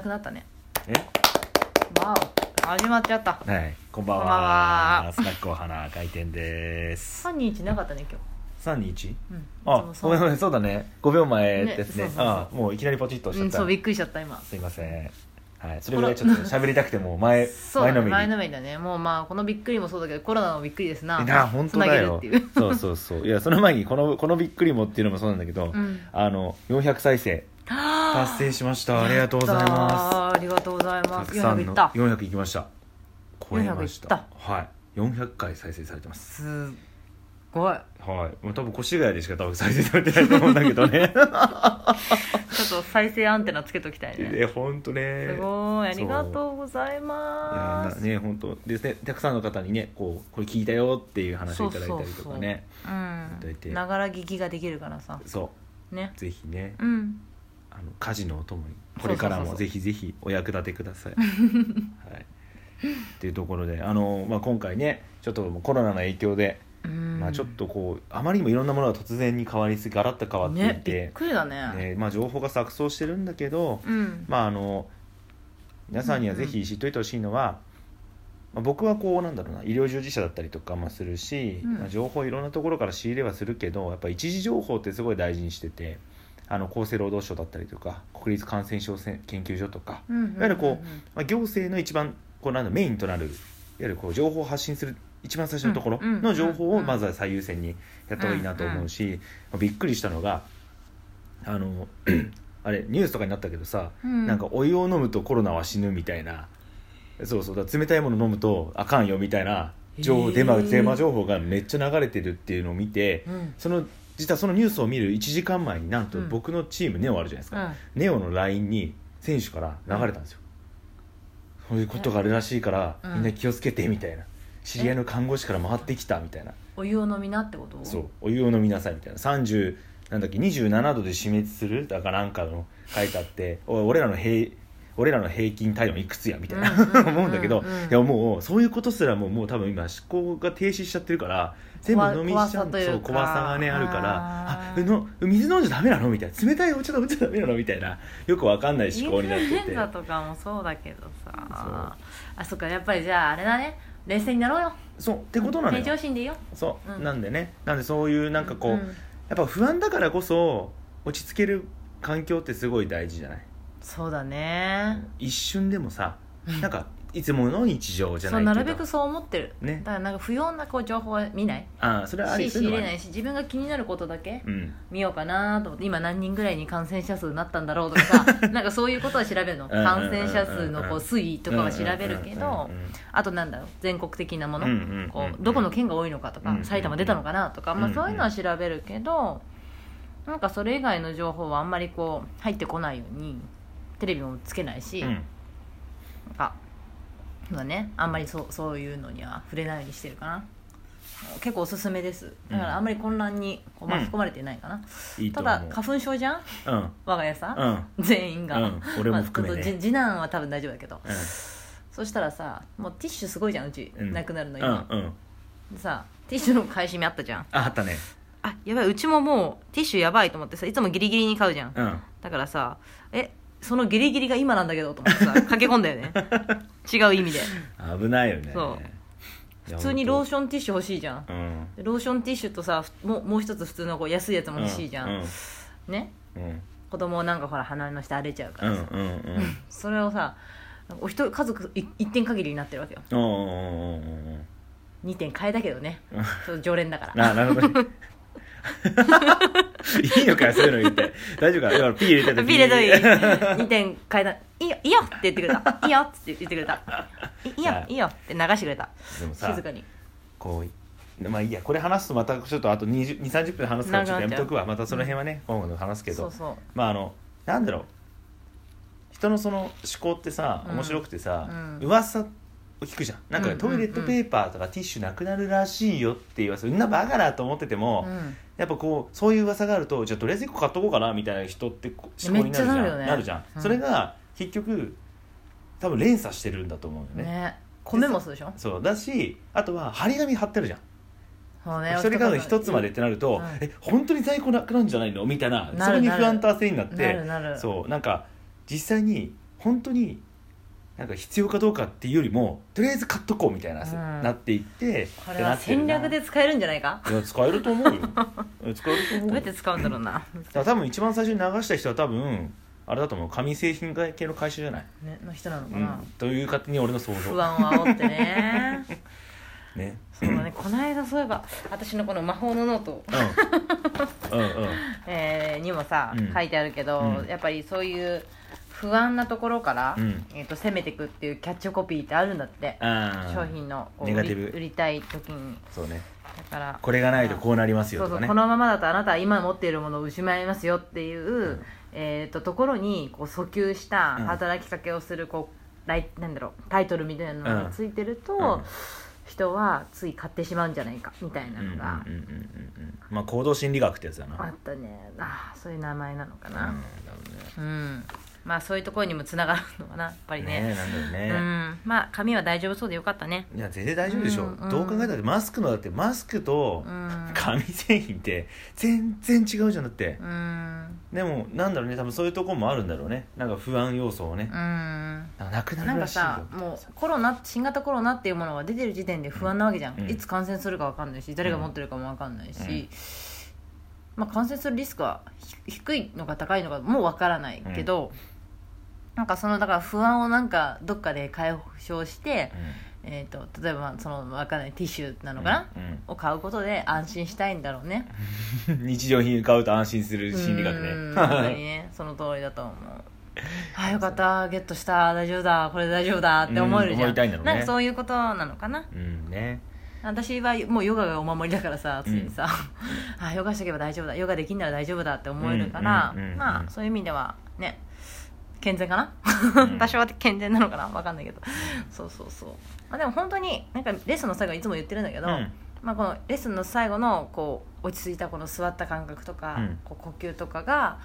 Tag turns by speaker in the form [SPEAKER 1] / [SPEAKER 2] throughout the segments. [SPEAKER 1] くなったね
[SPEAKER 2] え
[SPEAKER 1] わお始まっちゃった
[SPEAKER 2] はいこんばんは
[SPEAKER 1] こんばんは
[SPEAKER 2] スナックお花開店です
[SPEAKER 1] 321なかったね今
[SPEAKER 2] 321
[SPEAKER 1] 日、うん、いつ
[SPEAKER 2] あ
[SPEAKER 1] もそう
[SPEAKER 2] ごめんごめんそうだね5秒前ですね
[SPEAKER 1] ねそうそうそう
[SPEAKER 2] あもういきなりポチッとしち
[SPEAKER 1] う
[SPEAKER 2] ゃっ
[SPEAKER 1] ん、
[SPEAKER 2] た、
[SPEAKER 1] そうびっくりしちゃった今
[SPEAKER 2] すいませんはいそれぐらいちょっと喋りたくてもう前
[SPEAKER 1] そう
[SPEAKER 2] 前
[SPEAKER 1] だね
[SPEAKER 2] のめり
[SPEAKER 1] 前のめりだねもうまあこのびっくりもそうだけどコロナのびっくりですな
[SPEAKER 2] えな本当だよ
[SPEAKER 1] つなげるっていう
[SPEAKER 2] そうそうそういやその前にこのこのびっくりもっていうのもそうなんだけど、
[SPEAKER 1] うん
[SPEAKER 2] あの400再生達成しま したありがとうございます
[SPEAKER 1] すありがとうござい
[SPEAKER 2] た
[SPEAKER 1] ます
[SPEAKER 2] くさん
[SPEAKER 1] 400い
[SPEAKER 2] の
[SPEAKER 1] った
[SPEAKER 2] 400いきました超えました
[SPEAKER 1] 400いっ
[SPEAKER 2] はい400回再生されてます
[SPEAKER 1] すごい
[SPEAKER 2] はいもう多分越谷でしか多分再生されてないと思うんだけど ね
[SPEAKER 1] ちょっと再生アンテナつけときたいね
[SPEAKER 2] え本当ね
[SPEAKER 1] すごいありがとうござい
[SPEAKER 2] いや
[SPEAKER 1] ま
[SPEAKER 2] ー
[SPEAKER 1] す
[SPEAKER 2] ね本当ですねたくさんの方にねこうこれ聞いたよっていう話をいただいたりとかね
[SPEAKER 1] うん
[SPEAKER 2] どうやって
[SPEAKER 1] ながら聞きができるからさ
[SPEAKER 2] そう
[SPEAKER 1] ね
[SPEAKER 2] ぜひね
[SPEAKER 1] うん
[SPEAKER 2] あの家事のお供にこ
[SPEAKER 1] そうそうそうそう
[SPEAKER 2] れからもぜひぜひお役立てください。はい、っていうところであの、まあ、今回ねちょっともうコロナの影響で、
[SPEAKER 1] うん
[SPEAKER 2] まあ、ちょっとこうあまりにもいろんなものが突然に変わりすぎガラッと変わってい、
[SPEAKER 1] ねびってくりだね
[SPEAKER 2] ねまあ、情報が錯綜してるんだけど、
[SPEAKER 1] うん
[SPEAKER 2] まああの皆さんにはぜひ知っといてほしいのは、まあ、僕はこうなんだろうな医療従事者だったりとかもするし、
[SPEAKER 1] うん
[SPEAKER 2] まあ、情報をいろんなところから仕入れはするけどやっぱ一次情報ってすごい大事にしててあの厚生労働省だったりとか国立感染症せん研究所とか、
[SPEAKER 1] うんうんうんうん
[SPEAKER 2] いわゆるこまあ、行政の一番こうなんだメインとなるいわゆるこう情報を発信する一番最初のところ
[SPEAKER 1] うんうん
[SPEAKER 2] の情報
[SPEAKER 1] う
[SPEAKER 2] を
[SPEAKER 1] ん
[SPEAKER 2] まずは最優先にやった方がいいなと思うし、まあびっくりしたのがあの あれニュースとかになったけどさ、
[SPEAKER 1] うん
[SPEAKER 2] なんかお湯を飲むとコロナは死ぬみたいなそうそうだから冷たいもの飲むとあかんよみたいな情報
[SPEAKER 1] へー
[SPEAKER 2] デマデマ情報がめっちゃ流れてるっていうのを見て
[SPEAKER 1] うん
[SPEAKER 2] その実はそのニュースを見る1時間前になんと
[SPEAKER 1] うん
[SPEAKER 2] 僕のチームネオあるじゃないで
[SPEAKER 1] う
[SPEAKER 2] すか、
[SPEAKER 1] ん
[SPEAKER 2] ネオの LINE に選手から流れたんですよ、そういうことがあるらしいから、
[SPEAKER 1] うん
[SPEAKER 2] みんな気をつけてみたいな知り合いの看護師から回ってきたみたいな
[SPEAKER 1] お湯を飲みなってこと
[SPEAKER 2] そうお湯を飲みなさいみたいな30なんだっけ27度で死滅するだからなんかの書いてあっておい俺らの平俺らの平均体温いくつやみたいな、
[SPEAKER 1] うんうんうんうん
[SPEAKER 2] 思うんだけど、いやもうそういうことすらもうもう多分今思考が停止しちゃってるから全部飲みしちゃ
[SPEAKER 1] 怖さ
[SPEAKER 2] う
[SPEAKER 1] というか
[SPEAKER 2] そう怖さがねあるからあ
[SPEAKER 1] あー
[SPEAKER 2] の水飲んじゃダメなのみたいな冷たいお茶飲んじゃダメなのみたいなよくわかんな
[SPEAKER 1] イ
[SPEAKER 2] い
[SPEAKER 1] ンフ
[SPEAKER 2] 思考に
[SPEAKER 1] ル
[SPEAKER 2] なって
[SPEAKER 1] エ
[SPEAKER 2] て
[SPEAKER 1] ンザとかもそうだけどさ
[SPEAKER 2] そ
[SPEAKER 1] あそっかやっぱりじゃああれだね冷静になろうよ
[SPEAKER 2] そうってことなの
[SPEAKER 1] 平常
[SPEAKER 2] よ
[SPEAKER 1] 心でいいよ
[SPEAKER 2] そう、
[SPEAKER 1] うん
[SPEAKER 2] なんでねなんでそういうなんかこう、
[SPEAKER 1] ん
[SPEAKER 2] やっぱ不安だからこそ落ち着ける環境ってすごい大事じゃない
[SPEAKER 1] そうだね
[SPEAKER 2] 一瞬でもさなんかいつもの日常じゃ
[SPEAKER 1] そ
[SPEAKER 2] な
[SPEAKER 1] う
[SPEAKER 2] いけど
[SPEAKER 1] なるべくそう思ってるだ
[SPEAKER 2] ね
[SPEAKER 1] からなんか不要なこう情報は見ない
[SPEAKER 2] ああそれはあり
[SPEAKER 1] し
[SPEAKER 2] そう
[SPEAKER 1] 仕
[SPEAKER 2] いう
[SPEAKER 1] 入
[SPEAKER 2] の
[SPEAKER 1] れ
[SPEAKER 2] はね
[SPEAKER 1] ないし自分が気になることだけ
[SPEAKER 2] うん
[SPEAKER 1] 見ようかなと思って今何人ぐらいに感染者数になったんだろうとかさ なんかそういうことは調べるの
[SPEAKER 2] うんうんうんうん
[SPEAKER 1] 感染者数のこう推移とかは調べるけど
[SPEAKER 2] うんうんうんうん
[SPEAKER 1] あとなんだろう全国的なもの、
[SPEAKER 2] うんうんうんうん
[SPEAKER 1] こうどこの県が多いのかとか、
[SPEAKER 2] うんうんうん
[SPEAKER 1] 埼玉出たのかなとか、
[SPEAKER 2] うん
[SPEAKER 1] ま
[SPEAKER 2] う
[SPEAKER 1] あ、
[SPEAKER 2] ん
[SPEAKER 1] そういうのは調べるけど、なんかそれ以外の情報はあんまりこう入ってこないようにテレビもつけないし、
[SPEAKER 2] うん
[SPEAKER 1] なんかそうだねあんまりそうそういうのには触れないようにしてるかな結構おすすめですだからあんまり混乱にこう巻き込まれてないかな、
[SPEAKER 2] いいと
[SPEAKER 1] た
[SPEAKER 2] 思う
[SPEAKER 1] だ花粉症じゃん
[SPEAKER 2] うん
[SPEAKER 1] 我が家さ、
[SPEAKER 2] うん
[SPEAKER 1] 全員が、
[SPEAKER 2] うん俺も含めね
[SPEAKER 1] まあちょっと次次男は多分大丈夫だけど、
[SPEAKER 2] うん
[SPEAKER 1] そしたらさもうティッシュすごいじゃんうち、
[SPEAKER 2] うん
[SPEAKER 1] なくなるの
[SPEAKER 2] う
[SPEAKER 1] 今、
[SPEAKER 2] んうん
[SPEAKER 1] でさティッシュの買い占めあったじゃん
[SPEAKER 2] ああったね
[SPEAKER 1] あやばいうちももうティッシュやばいと思ってさいつもギリギリに買うじゃん
[SPEAKER 2] うん
[SPEAKER 1] だからさえそのギリギリが今なんだけどと思 ってさ駆け込んだよね違う意味で
[SPEAKER 2] 危ないよね
[SPEAKER 1] そう
[SPEAKER 2] いや
[SPEAKER 1] 普通にロー
[SPEAKER 2] 本
[SPEAKER 1] ションティッシュ欲しいじゃん
[SPEAKER 2] 当うん
[SPEAKER 1] でローションティッシュとさふもうもう一つ普通のこう安いやつも欲しいじゃん、
[SPEAKER 2] うん
[SPEAKER 1] ね
[SPEAKER 2] うん
[SPEAKER 1] 子供なんかほら鼻の下荒れちゃうから
[SPEAKER 2] うん
[SPEAKER 1] さ、
[SPEAKER 2] うんうんうん
[SPEAKER 1] それをさお一人家族い一点限りになってるわけよ
[SPEAKER 2] おーおーおーおーおー
[SPEAKER 1] 2点買えだけどねちょっと常連だ から
[SPEAKER 2] あなるほどねいいのかよそういうの言って大丈夫か今ピー入れてた
[SPEAKER 1] ビールドイ2点変えた「いいよいいよ」って言ってくれた「いいよ」って言ってくれた「いいよ
[SPEAKER 2] はい
[SPEAKER 1] いいよ」って流してくれた
[SPEAKER 2] でもさ
[SPEAKER 1] 静かに
[SPEAKER 2] こうまあいいやこれ話すとまたちょっとあと2 0 3 0分話すからちょっとやめとくわまたその辺はね、今後の話すけど
[SPEAKER 1] そうそう
[SPEAKER 2] まああのなんだろう人のその思考ってさ
[SPEAKER 1] うん
[SPEAKER 2] 面白くてさ、
[SPEAKER 1] うん
[SPEAKER 2] 噂を聞くじゃんなんか、
[SPEAKER 1] うん
[SPEAKER 2] トイレットペーパーとかティッシュなくなるらしいよって言わせるんなバカだと思ってても、
[SPEAKER 1] うん
[SPEAKER 2] やっぱこうそういう噂があるとじゃあとりあえず1個買っとこうかなみたいな人ってこう思考になるじゃん
[SPEAKER 1] めっちゃな
[SPEAKER 2] な
[SPEAKER 1] る
[SPEAKER 2] る
[SPEAKER 1] よね
[SPEAKER 2] じゃん、
[SPEAKER 1] うん
[SPEAKER 2] それが結局多分連鎖してるんだと思うよね
[SPEAKER 1] ね米もそうでしょ
[SPEAKER 2] そうだしあとは張り紙貼ってるじゃん
[SPEAKER 1] そうね
[SPEAKER 2] 一人家族一つまでってなると、
[SPEAKER 1] うん
[SPEAKER 2] え本当に在庫なくなるんじゃないのみたい
[SPEAKER 1] な
[SPEAKER 2] な
[SPEAKER 1] る
[SPEAKER 2] そこに
[SPEAKER 1] なる
[SPEAKER 2] 不安と焦りになって
[SPEAKER 1] なるなる
[SPEAKER 2] そうなんか実際に本当になんか必要かどうかっていうよりもとりあえず買っとこうみたいな、
[SPEAKER 1] うん
[SPEAKER 2] なっていって
[SPEAKER 1] これは戦略で使えるんじゃないか
[SPEAKER 2] いや使えると 思うよいや使えると
[SPEAKER 1] ど
[SPEAKER 2] 思う
[SPEAKER 1] う
[SPEAKER 2] よ
[SPEAKER 1] やって使うんだろうな、
[SPEAKER 2] だから多分一番最初に流した人は多分あれだと思う紙製品系の会社じゃない、
[SPEAKER 1] ね、の人なの
[SPEAKER 2] う
[SPEAKER 1] か
[SPEAKER 2] ん
[SPEAKER 1] な、
[SPEAKER 2] という勝手に俺の想
[SPEAKER 1] 不
[SPEAKER 2] 像
[SPEAKER 1] 安を煽ってね
[SPEAKER 2] ね
[SPEAKER 1] そうだねこの間そういえば私のこの魔法のノート、
[SPEAKER 2] うんうんうん
[SPEAKER 1] えーにもさ、
[SPEAKER 2] うん
[SPEAKER 1] 書いてあるけど、
[SPEAKER 2] うん
[SPEAKER 1] やっぱりそういう不安なところから、
[SPEAKER 2] うん
[SPEAKER 1] えー、と攻めていくっていうキャッチコピーってあるんだって
[SPEAKER 2] あー
[SPEAKER 1] 商品のこう
[SPEAKER 2] ネガティブ
[SPEAKER 1] 売り売りたい時に
[SPEAKER 2] そうね
[SPEAKER 1] だから
[SPEAKER 2] これがないとこうなりますよ
[SPEAKER 1] そう
[SPEAKER 2] と
[SPEAKER 1] そう
[SPEAKER 2] かね
[SPEAKER 1] このままだとあなたは今持っているものを失いますよっていう、
[SPEAKER 2] ん
[SPEAKER 1] えー、とところにこう訴求した
[SPEAKER 2] うん
[SPEAKER 1] 働きかけをするこうライなんだろうタイトルみたいなのがついてると、
[SPEAKER 2] うん
[SPEAKER 1] 人はつい買ってしまうんじゃないかみたいな
[SPEAKER 2] うんうん
[SPEAKER 1] の
[SPEAKER 2] うんうん
[SPEAKER 1] が
[SPEAKER 2] うんうんまあ行動心理学ってやつだな
[SPEAKER 1] あったねああそういう名前なのか
[SPEAKER 2] うん
[SPEAKER 1] な
[SPEAKER 2] だろうね
[SPEAKER 1] うん、まあそういうところにもつながるのかなやっぱりね
[SPEAKER 2] ねなんだろう
[SPEAKER 1] う
[SPEAKER 2] ね、
[SPEAKER 1] んまあ髪は大丈夫そうでよかったね
[SPEAKER 2] いや全然大丈夫でしょ、
[SPEAKER 1] うんうん
[SPEAKER 2] どう考えたってマスクのだってマスクと
[SPEAKER 1] うん
[SPEAKER 2] 紙製品って全然違うじゃんだって
[SPEAKER 1] う、ん
[SPEAKER 2] でもなんだろうね多分そういうとこもあるんだろうねなんか不安要素をね
[SPEAKER 1] う、ん
[SPEAKER 2] なんかなくな
[SPEAKER 1] なん
[SPEAKER 2] るら
[SPEAKER 1] か
[SPEAKER 2] しいよ
[SPEAKER 1] さもうコロナ新型コロナっていうものが出てる時点で不安なわけじゃん、
[SPEAKER 2] うん
[SPEAKER 1] いつ感染するかわかんないし誰が持ってるかもわかんないし、まあ、感染するリスクはひ低いのか高いのかもうわからないけど、なんかそのだから不安をなんかどっかで解消して、えー、と例えばそのわかんないティッシュな
[SPEAKER 2] うん
[SPEAKER 1] のかな、
[SPEAKER 2] うん
[SPEAKER 1] を買うことで安心したいんだろうね
[SPEAKER 2] うん 日常品買うと安心する心理学
[SPEAKER 1] うん本当に
[SPEAKER 2] ね
[SPEAKER 1] ねその通りだと思うあよかったゲットした大丈夫だこれで大丈夫だって思えるじゃん,、
[SPEAKER 2] うん思いたいんだろうね
[SPEAKER 1] なんかそういうことなのかな
[SPEAKER 2] うんね
[SPEAKER 1] 私はもうヨガがお守りだからさ常にさ、 あヨガしとけば大丈夫だヨガできんなら大丈夫だって思えるから、
[SPEAKER 2] うんうんうんうん
[SPEAKER 1] まあそういう意味ではね健全かな、
[SPEAKER 2] ん
[SPEAKER 1] 多少は健全なのかなわかんないけどそうそうそう、まあ、でも本当になんかレッスンの最後いつも言ってるんだけど、
[SPEAKER 2] うん
[SPEAKER 1] まあ、このレッスンの最後のこう落ち着いたこの座った感覚とか、
[SPEAKER 2] うん
[SPEAKER 1] こう呼吸とかが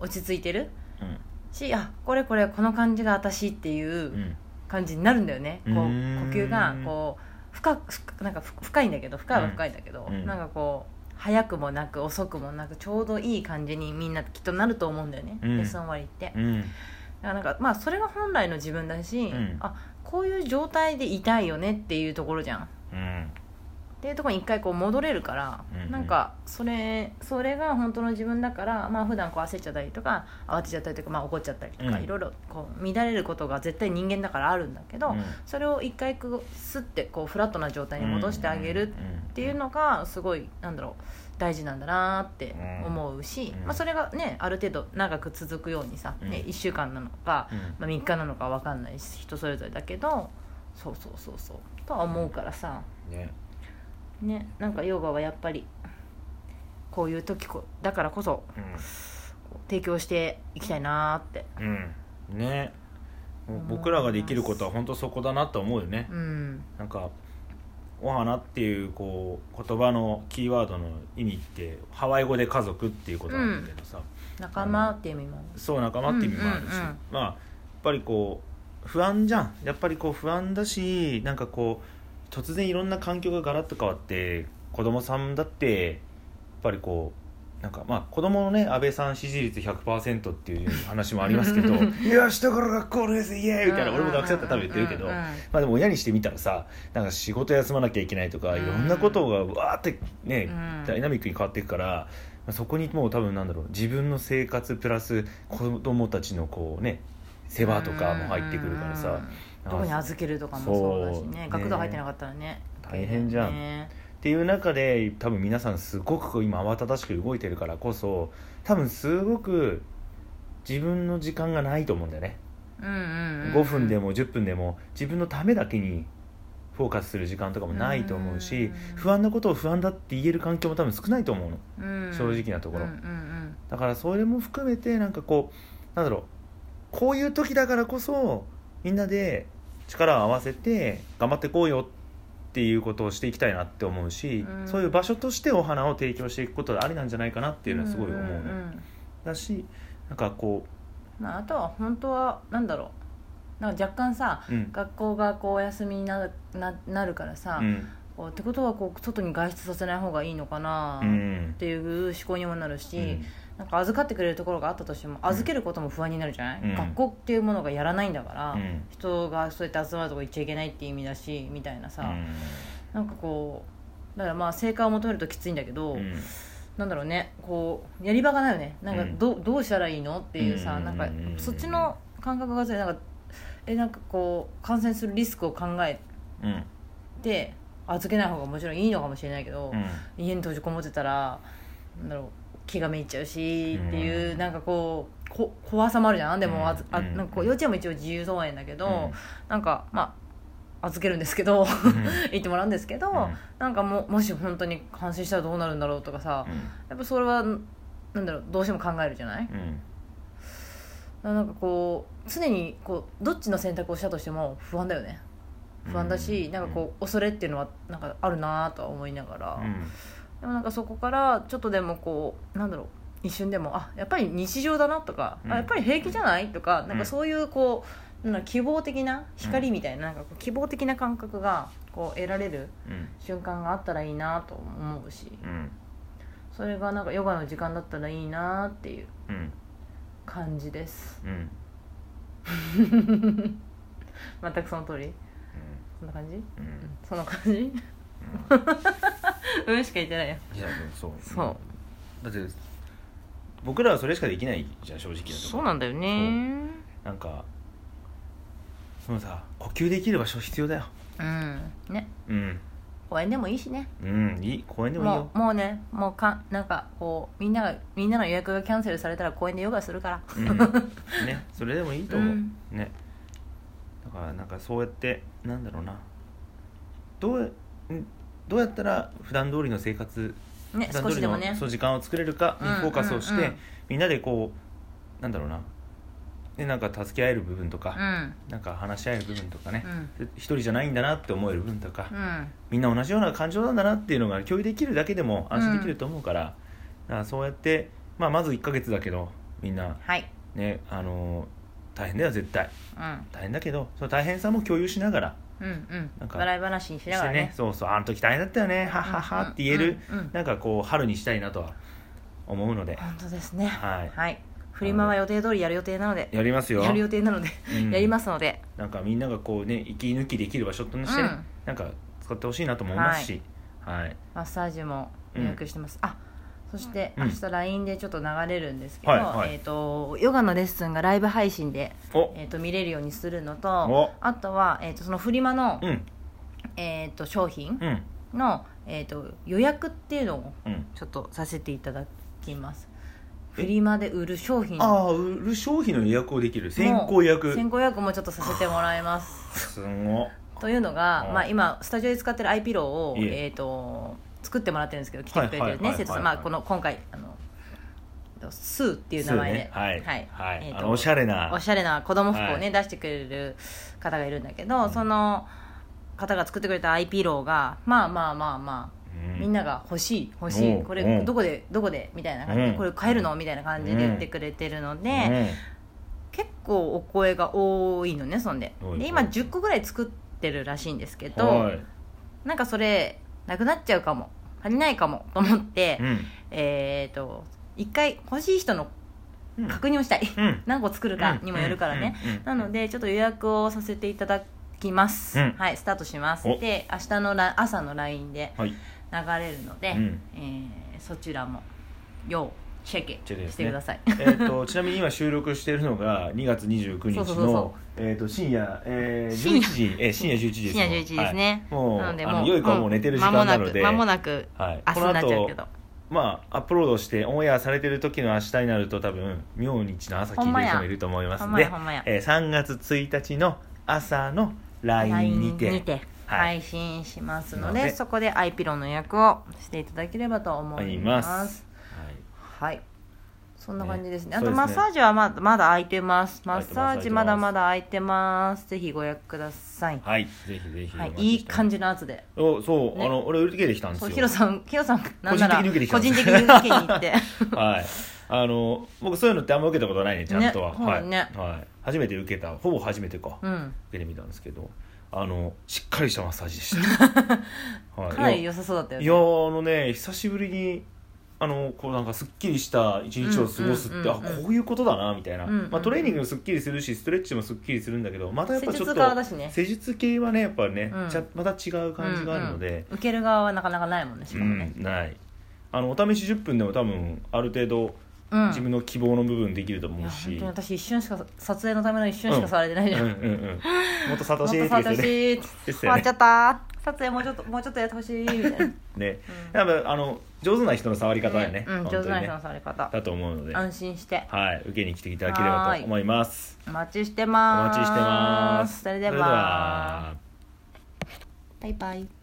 [SPEAKER 1] 落ち着いてる
[SPEAKER 2] うん
[SPEAKER 1] しあこれこれこの感じが私っていううん感じになるんだよね、
[SPEAKER 2] う
[SPEAKER 1] こう呼
[SPEAKER 2] ーん
[SPEAKER 1] 吸がこう深く深くなんかふ深いんだけど深いは深いんだけど、
[SPEAKER 2] うんうん
[SPEAKER 1] なんかこう早くもなく遅くもなくちょうどいい感じにみんなきっとなると思うんだよね、
[SPEAKER 2] うん
[SPEAKER 1] レッスン終わりって。
[SPEAKER 2] うん
[SPEAKER 1] だからなんかまあそれが本来の自分だし、
[SPEAKER 2] うん
[SPEAKER 1] あこういう状態でいたいよねっていうところじゃん。
[SPEAKER 2] うん
[SPEAKER 1] っていうところに一回こう戻れるから、
[SPEAKER 2] うんうん
[SPEAKER 1] なんかそれそれが本当の自分だからまあ普段こう焦っちゃったりとか慌てちゃったりとか、まあ、怒っちゃったりとか、
[SPEAKER 2] うん
[SPEAKER 1] いろいろこう乱れることが絶対人間だからあるんだけど、
[SPEAKER 2] うん
[SPEAKER 1] それを一回こうスッてこうフラットな状態に戻してあげるっていうのがすごいなんだろう大事なんだなって思うし、
[SPEAKER 2] うん
[SPEAKER 1] まあ、それがねある程度長く続くようにさ、ね
[SPEAKER 2] うん
[SPEAKER 1] 1週間なのか、
[SPEAKER 2] うんうん
[SPEAKER 1] まあ、3日なのか分かんないし人それぞれだけどそうそうそうそうとは思うからさ。
[SPEAKER 2] ね
[SPEAKER 1] ねなんかヨガはやっぱりこういう時こだからこそ提供していきたいなーって
[SPEAKER 2] うんうんねもう僕らができることは本当そこだなと思うよね
[SPEAKER 1] うん
[SPEAKER 2] なんか「お花」っていうこう言葉のキーワードの意味ってハワイ語で「家族」っていうことなんだけどさ、
[SPEAKER 1] 仲間っていう意味も
[SPEAKER 2] そう仲間って意味もあるし、
[SPEAKER 1] うんうんうん
[SPEAKER 2] まあやっぱりこう不安じゃんやっぱりこう不安だしなんかこう突然いろんな環境がガラッと変わって子供さんだってやっぱりこうなんかまあ子供のね安倍さん支持率100%っていう話もありますけ ど「いや下から学校のですイエーイ!」みたいな俺も学生だったら多分言ってるけ
[SPEAKER 1] う
[SPEAKER 2] ど。
[SPEAKER 1] んうんうんうん
[SPEAKER 2] まあでも親にしてみたらさなんか仕事休まなきゃいけないとかいろんなことがわーってね、
[SPEAKER 1] うん
[SPEAKER 2] ダイナミックに変わっていくからまあそこにもう多分なんだろう自分の生活プラス子供たちのこうね世話とかも入ってくるからさ、
[SPEAKER 1] うんどこに
[SPEAKER 2] あ
[SPEAKER 1] 預けるとかもそうだし
[SPEAKER 2] そう
[SPEAKER 1] ね
[SPEAKER 2] ね
[SPEAKER 1] 学童入ってなかったらね
[SPEAKER 2] 大変じゃん
[SPEAKER 1] ね
[SPEAKER 2] っていう中で多分皆さんすごくこう今慌ただしく動いてるからこそ多分すごく自分の時間がないと思うんだよね、
[SPEAKER 1] うんうんうん
[SPEAKER 2] 5分でも10分でも自分のためだけにフォーカスする時間とかもないと思うし、
[SPEAKER 1] うん
[SPEAKER 2] 不安なことを不安だって言える環境も多分少ないと思うの
[SPEAKER 1] うん
[SPEAKER 2] 正直なところ
[SPEAKER 1] うんうん
[SPEAKER 2] だからそれも含めてなんかこうなんだろうこういう時だからこそみんなで力を合わせて頑張ってこうよっていうことをしていきたいなって思うし、
[SPEAKER 1] うん
[SPEAKER 2] そういう場所としてお花を提供していくことがありなんじゃないかなっていうのはすごい思うね、
[SPEAKER 1] んんん
[SPEAKER 2] だしなんかこ
[SPEAKER 1] まああとは本当はなんだろうなんか若干さ
[SPEAKER 2] ううん
[SPEAKER 1] 学校がこうお休みになるななるからさ、
[SPEAKER 2] うん
[SPEAKER 1] こうってことはこう外に外出させない方がいいのかな
[SPEAKER 2] う
[SPEAKER 1] っ
[SPEAKER 2] ん
[SPEAKER 1] ていう思考にもなるし、
[SPEAKER 2] うん
[SPEAKER 1] なんか預かってくれるところがあったとしても預けることも不安になるじゃない、
[SPEAKER 2] うん
[SPEAKER 1] 学校っていうものがやらないんだから、
[SPEAKER 2] うん
[SPEAKER 1] 人がそうやって集まるとこ行っちゃいけないって意味だしみたいなさ、なんかこうだからまあ成果を求めるときついんだけど、
[SPEAKER 2] うんうん
[SPEAKER 1] なんだろうねこうやり場がないよねなんか
[SPEAKER 2] うん
[SPEAKER 1] ど,、うどうしたらいいのっていうさ、
[SPEAKER 2] うん
[SPEAKER 1] なんかそっちの感覚が強いなんかえなんかこう感染するリスクを考え
[SPEAKER 2] うん
[SPEAKER 1] て預けない方がもちろんいいのかもしれないけど、
[SPEAKER 2] うん
[SPEAKER 1] 家に閉じこもってたらなんだろう気がめいっちゃうしっていう、
[SPEAKER 2] うん
[SPEAKER 1] なんかこうこ怖さもあるじゃんでもあずあ
[SPEAKER 2] うん
[SPEAKER 1] なんかこう幼稚園も一応自由増園だけど、
[SPEAKER 2] うん
[SPEAKER 1] なんかまあ預けるんですけど 行ってもらうんですけど、
[SPEAKER 2] うん
[SPEAKER 1] なんかももし本当に感染したらどうなるんだろうとかさ、やっぱそれはなんだろうどうしても考えるじゃない
[SPEAKER 2] うんうん
[SPEAKER 1] なんかこう常にこうどっちの選択をしたとしても不安だよね不安だし、
[SPEAKER 2] うん
[SPEAKER 1] なんかこう恐れっていうのはなんかあるなとは思いながら、
[SPEAKER 2] うん
[SPEAKER 1] でもなんかそこからちょっとでもこうなんだろう一瞬でもあやっぱり日常だなとか、
[SPEAKER 2] うん
[SPEAKER 1] あやっぱり平気じゃないとかなん
[SPEAKER 2] う
[SPEAKER 1] か
[SPEAKER 2] ん
[SPEAKER 1] そういうこうなんだろう希望的な光みたいな,、なんかこう希望的な感覚がこう得られる
[SPEAKER 2] うん
[SPEAKER 1] 瞬間があったらいいなと思うし
[SPEAKER 2] うん
[SPEAKER 1] それがなんかヨガの時間だったらいいなっていう
[SPEAKER 2] うん
[SPEAKER 1] 感じです
[SPEAKER 2] うんうん
[SPEAKER 1] 全くその通りそんな感じ、
[SPEAKER 2] うん
[SPEAKER 1] うんその感じ うんしか言ってないよ
[SPEAKER 2] いやでもそう
[SPEAKER 1] そう
[SPEAKER 2] だって僕らはそれしかできないじゃん正直なとこ
[SPEAKER 1] そうなんだよね
[SPEAKER 2] なんかそのさ呼吸できる場所必要だよ
[SPEAKER 1] うんね
[SPEAKER 2] うん
[SPEAKER 1] 公園でもいいしね
[SPEAKER 2] うんいい公園でもいいよ
[SPEAKER 1] もうもうねもうかなんかこうみんながみんなの予約がキャンセルされたら公園でヨガするから
[SPEAKER 2] うんねそれでもいいと思う、
[SPEAKER 1] うん
[SPEAKER 2] ねだからなんかそうやってなんだろうなどうんどうやったら普段通りの生活
[SPEAKER 1] ね
[SPEAKER 2] 普段
[SPEAKER 1] 少
[SPEAKER 2] 通
[SPEAKER 1] し
[SPEAKER 2] り
[SPEAKER 1] でも
[SPEAKER 2] の、
[SPEAKER 1] ね
[SPEAKER 2] そう時間を作れるかにフォーカスをして、
[SPEAKER 1] うんうんうん
[SPEAKER 2] みんなでこうなんだろうなでなんか助け合える部分と
[SPEAKER 1] う
[SPEAKER 2] か、
[SPEAKER 1] ん
[SPEAKER 2] なんか話し合える部分とかね
[SPEAKER 1] う、ん
[SPEAKER 2] で一人じゃないんだなって思える部分とか、
[SPEAKER 1] うん
[SPEAKER 2] みんな同じような感情なんだなっていうのが共有できるだけでも安心できると思うから,、だからそうやって、まあ、まず1ヶ月だけどみんな
[SPEAKER 1] はい
[SPEAKER 2] ねあの大変だよ絶対
[SPEAKER 1] うん
[SPEAKER 2] 大変だけどその大変さも共有しながら
[SPEAKER 1] うんう
[SPEAKER 2] なん
[SPEAKER 1] ん
[SPEAKER 2] か
[SPEAKER 1] 笑い話にしながら
[SPEAKER 2] して
[SPEAKER 1] ね
[SPEAKER 2] そうそうあの時大変だったよねはっはっはって言える、
[SPEAKER 1] うんうんうん
[SPEAKER 2] なんかこう春にしたいなとは思うので、
[SPEAKER 1] 本当ですね
[SPEAKER 2] はい
[SPEAKER 1] はいフリマは予定通りやる予定なので
[SPEAKER 2] やりますよ
[SPEAKER 1] やる予定なので
[SPEAKER 2] うん
[SPEAKER 1] やりますので
[SPEAKER 2] なんかみんながこうね息抜きできる場所としてね、
[SPEAKER 1] うん
[SPEAKER 2] なんか使ってほしいなとも思いますしはい、
[SPEAKER 1] マッサージも予約してます、あそして
[SPEAKER 2] うん
[SPEAKER 1] 明日 LINE でちょっと流れるんですけど、
[SPEAKER 2] はいはい
[SPEAKER 1] えー、とヨガのレッスンがライブ配信で、
[SPEAKER 2] お
[SPEAKER 1] えー、と見れるようにするの
[SPEAKER 2] お
[SPEAKER 1] とあとは、えー、とそのフリマの、
[SPEAKER 2] うん
[SPEAKER 1] えー、と商品
[SPEAKER 2] うん
[SPEAKER 1] の、えー、と予約っていうのを
[SPEAKER 2] うん
[SPEAKER 1] ちょっとさせていただきますフリマで売る商品
[SPEAKER 2] ああ売る商品の予約をできる先行予約
[SPEAKER 1] 先行予約もちょっとさせてもらいます
[SPEAKER 2] すごっ
[SPEAKER 1] というのが、
[SPEAKER 2] うん
[SPEAKER 1] まあ、今スタジオで使ってるアイピローを、
[SPEAKER 2] いえ
[SPEAKER 1] えー、と作ってもらってるんですけど来てくれてる
[SPEAKER 2] はいはいはい
[SPEAKER 1] ね
[SPEAKER 2] はい
[SPEAKER 1] 生徒さんまあこの今回あのえっとスーっていう名前で、
[SPEAKER 2] そうねはい
[SPEAKER 1] はい
[SPEAKER 2] はい
[SPEAKER 1] えーと
[SPEAKER 2] あのおしゃれな
[SPEAKER 1] おしゃれな子供服をね、
[SPEAKER 2] はい
[SPEAKER 1] 出してくれる方がいるんだけど、その方が作ってくれたアイピローがまあまあまあまあ
[SPEAKER 2] うん
[SPEAKER 1] みんなが欲しい欲し
[SPEAKER 2] う
[SPEAKER 1] い
[SPEAKER 2] ん
[SPEAKER 1] こ
[SPEAKER 2] う
[SPEAKER 1] れ
[SPEAKER 2] ん
[SPEAKER 1] どこでどこでみたいな感じで、
[SPEAKER 2] うん
[SPEAKER 1] これ買えるのみたいな感じで言ってくれてるので、結構お声が多いのねそんで
[SPEAKER 2] 多い
[SPEAKER 1] で今10個ぐらい作ってるらしいんですけ
[SPEAKER 2] う
[SPEAKER 1] ど、
[SPEAKER 2] んはい
[SPEAKER 1] なんかそれなくなっちゃうかも足りないかもと思って、
[SPEAKER 2] うん
[SPEAKER 1] えっ、と一回欲しい人の
[SPEAKER 2] うん
[SPEAKER 1] 確認をしたい、
[SPEAKER 2] うん
[SPEAKER 1] 何個作るかにもよるからね、
[SPEAKER 2] うんうんうん
[SPEAKER 1] なのでちょっと予約をさせていただきます、
[SPEAKER 2] うん
[SPEAKER 1] はいスタートします
[SPEAKER 2] お
[SPEAKER 1] で明日のラ朝の LINE で
[SPEAKER 2] はい
[SPEAKER 1] 流れるので、
[SPEAKER 2] うん
[SPEAKER 1] えーそちらも要チェ
[SPEAKER 2] チェック
[SPEAKER 1] ッ
[SPEAKER 2] で
[SPEAKER 1] ク
[SPEAKER 2] す
[SPEAKER 1] し
[SPEAKER 2] ね
[SPEAKER 1] てください、
[SPEAKER 2] えー、とちなみに今収録しているのが2月29日の
[SPEAKER 1] そうそうそうそ
[SPEAKER 2] えー、と深夜、えー、
[SPEAKER 1] 深夜
[SPEAKER 2] 11時、えー深夜11時です
[SPEAKER 1] 深夜11時ですね、
[SPEAKER 2] はい、もう
[SPEAKER 1] なので
[SPEAKER 2] あ
[SPEAKER 1] も
[SPEAKER 2] の
[SPEAKER 1] う
[SPEAKER 2] 良い子はもう寝てる時間なので
[SPEAKER 1] 間もなく間も
[SPEAKER 2] はい
[SPEAKER 1] な、く明日になっちゃうけど
[SPEAKER 2] まあアップロードしてオンエアされてる時の明日になると多分明日の朝聞
[SPEAKER 1] ほん
[SPEAKER 2] いて
[SPEAKER 1] ま
[SPEAKER 2] る
[SPEAKER 1] や
[SPEAKER 2] 人もいると思います
[SPEAKER 1] ほんま
[SPEAKER 2] ので
[SPEAKER 1] やほんまや
[SPEAKER 2] えー、3月1日の朝の LINE
[SPEAKER 1] LINE
[SPEAKER 2] に
[SPEAKER 1] に
[SPEAKER 2] て
[SPEAKER 1] て
[SPEAKER 2] はい
[SPEAKER 1] 配信しますので,、
[SPEAKER 2] ので
[SPEAKER 1] そこでアイピローの予約をしていただければと思
[SPEAKER 2] 思い
[SPEAKER 1] い
[SPEAKER 2] ま
[SPEAKER 1] ますす
[SPEAKER 2] はい
[SPEAKER 1] はいそんな感じですね
[SPEAKER 2] ね
[SPEAKER 1] あ
[SPEAKER 2] そう
[SPEAKER 1] と
[SPEAKER 2] ですね
[SPEAKER 1] マッサージはまだまだ空いてますマッサー
[SPEAKER 2] 空いてます
[SPEAKER 1] ジまだまだ空いてますぜひご予約ください、
[SPEAKER 2] はい、ぜひぜひ、
[SPEAKER 1] はい、いい感
[SPEAKER 2] じ
[SPEAKER 1] じの圧で
[SPEAKER 2] おそう、
[SPEAKER 1] ね
[SPEAKER 2] あの俺売り切れてきたんです
[SPEAKER 1] そ
[SPEAKER 2] よ
[SPEAKER 1] うヒロさんヒロさんなんなら
[SPEAKER 2] 個人的に受けてきた
[SPEAKER 1] 個
[SPEAKER 2] んで
[SPEAKER 1] 人的
[SPEAKER 2] す
[SPEAKER 1] に受けに行って
[SPEAKER 2] はい、あの僕そういうのってあんま受けたことないねちゃんとは、
[SPEAKER 1] ねそう
[SPEAKER 2] は
[SPEAKER 1] だ
[SPEAKER 2] い、
[SPEAKER 1] ね
[SPEAKER 2] はい、初めて受けたほぼ初めてか、
[SPEAKER 1] うん
[SPEAKER 2] 受けてみたんですけどあのしっかりしたマ ッサージでした、はい、
[SPEAKER 1] かなり
[SPEAKER 2] いや
[SPEAKER 1] 良さそうだったよ
[SPEAKER 2] い
[SPEAKER 1] ね
[SPEAKER 2] やあのね久しぶりにあのこうなんかすっきりした一日を過ごすって、
[SPEAKER 1] うんうんうん
[SPEAKER 2] あこういうことだなみたいな、
[SPEAKER 1] うんうん
[SPEAKER 2] まあ、トレーニングもすっきりするしストレッチもすっきりするんだけどまたやっ
[SPEAKER 1] 施
[SPEAKER 2] ぱちょ
[SPEAKER 1] 術
[SPEAKER 2] っ
[SPEAKER 1] 側
[SPEAKER 2] と
[SPEAKER 1] だしね
[SPEAKER 2] 施術系はねやっぱね、
[SPEAKER 1] うん
[SPEAKER 2] ちゃまた違う感じがあるので、
[SPEAKER 1] 受ける側はなかなかないもんねし
[SPEAKER 2] うん
[SPEAKER 1] かもね、
[SPEAKER 2] ないあのお試し10分でも多分ある程度
[SPEAKER 1] うん
[SPEAKER 2] 自分の希望の部分できると
[SPEAKER 1] い
[SPEAKER 2] 思
[SPEAKER 1] や
[SPEAKER 2] う
[SPEAKER 1] 本
[SPEAKER 2] し、
[SPEAKER 1] 当に私一瞬しか撮影のための一瞬しか触れてないじ
[SPEAKER 2] う
[SPEAKER 1] ゃ
[SPEAKER 2] ん
[SPEAKER 1] ん、
[SPEAKER 2] うん
[SPEAKER 1] もっ
[SPEAKER 2] うんもっとサト
[SPEAKER 1] と
[SPEAKER 2] シー
[SPEAKER 1] 触
[SPEAKER 2] っ
[SPEAKER 1] ってて
[SPEAKER 2] 言
[SPEAKER 1] ほして
[SPEAKER 2] っね
[SPEAKER 1] い
[SPEAKER 2] ですよ
[SPEAKER 1] 触っ
[SPEAKER 2] ね
[SPEAKER 1] ちゃった撮影もうちょっともうちょっとやってほしいみたいな、 うん
[SPEAKER 2] ねやっぱあの上手な人の触り方だよね、
[SPEAKER 1] うん、
[SPEAKER 2] 本
[SPEAKER 1] 上
[SPEAKER 2] 当
[SPEAKER 1] 手
[SPEAKER 2] に
[SPEAKER 1] な
[SPEAKER 2] ね
[SPEAKER 1] 人の触り方、
[SPEAKER 2] だと思うので、
[SPEAKER 1] 安心して
[SPEAKER 2] はい受けに来ていただければと思います
[SPEAKER 1] お待ちして
[SPEAKER 2] お
[SPEAKER 1] ま
[SPEAKER 2] 待
[SPEAKER 1] す
[SPEAKER 2] ちしてます
[SPEAKER 1] それではバイバイ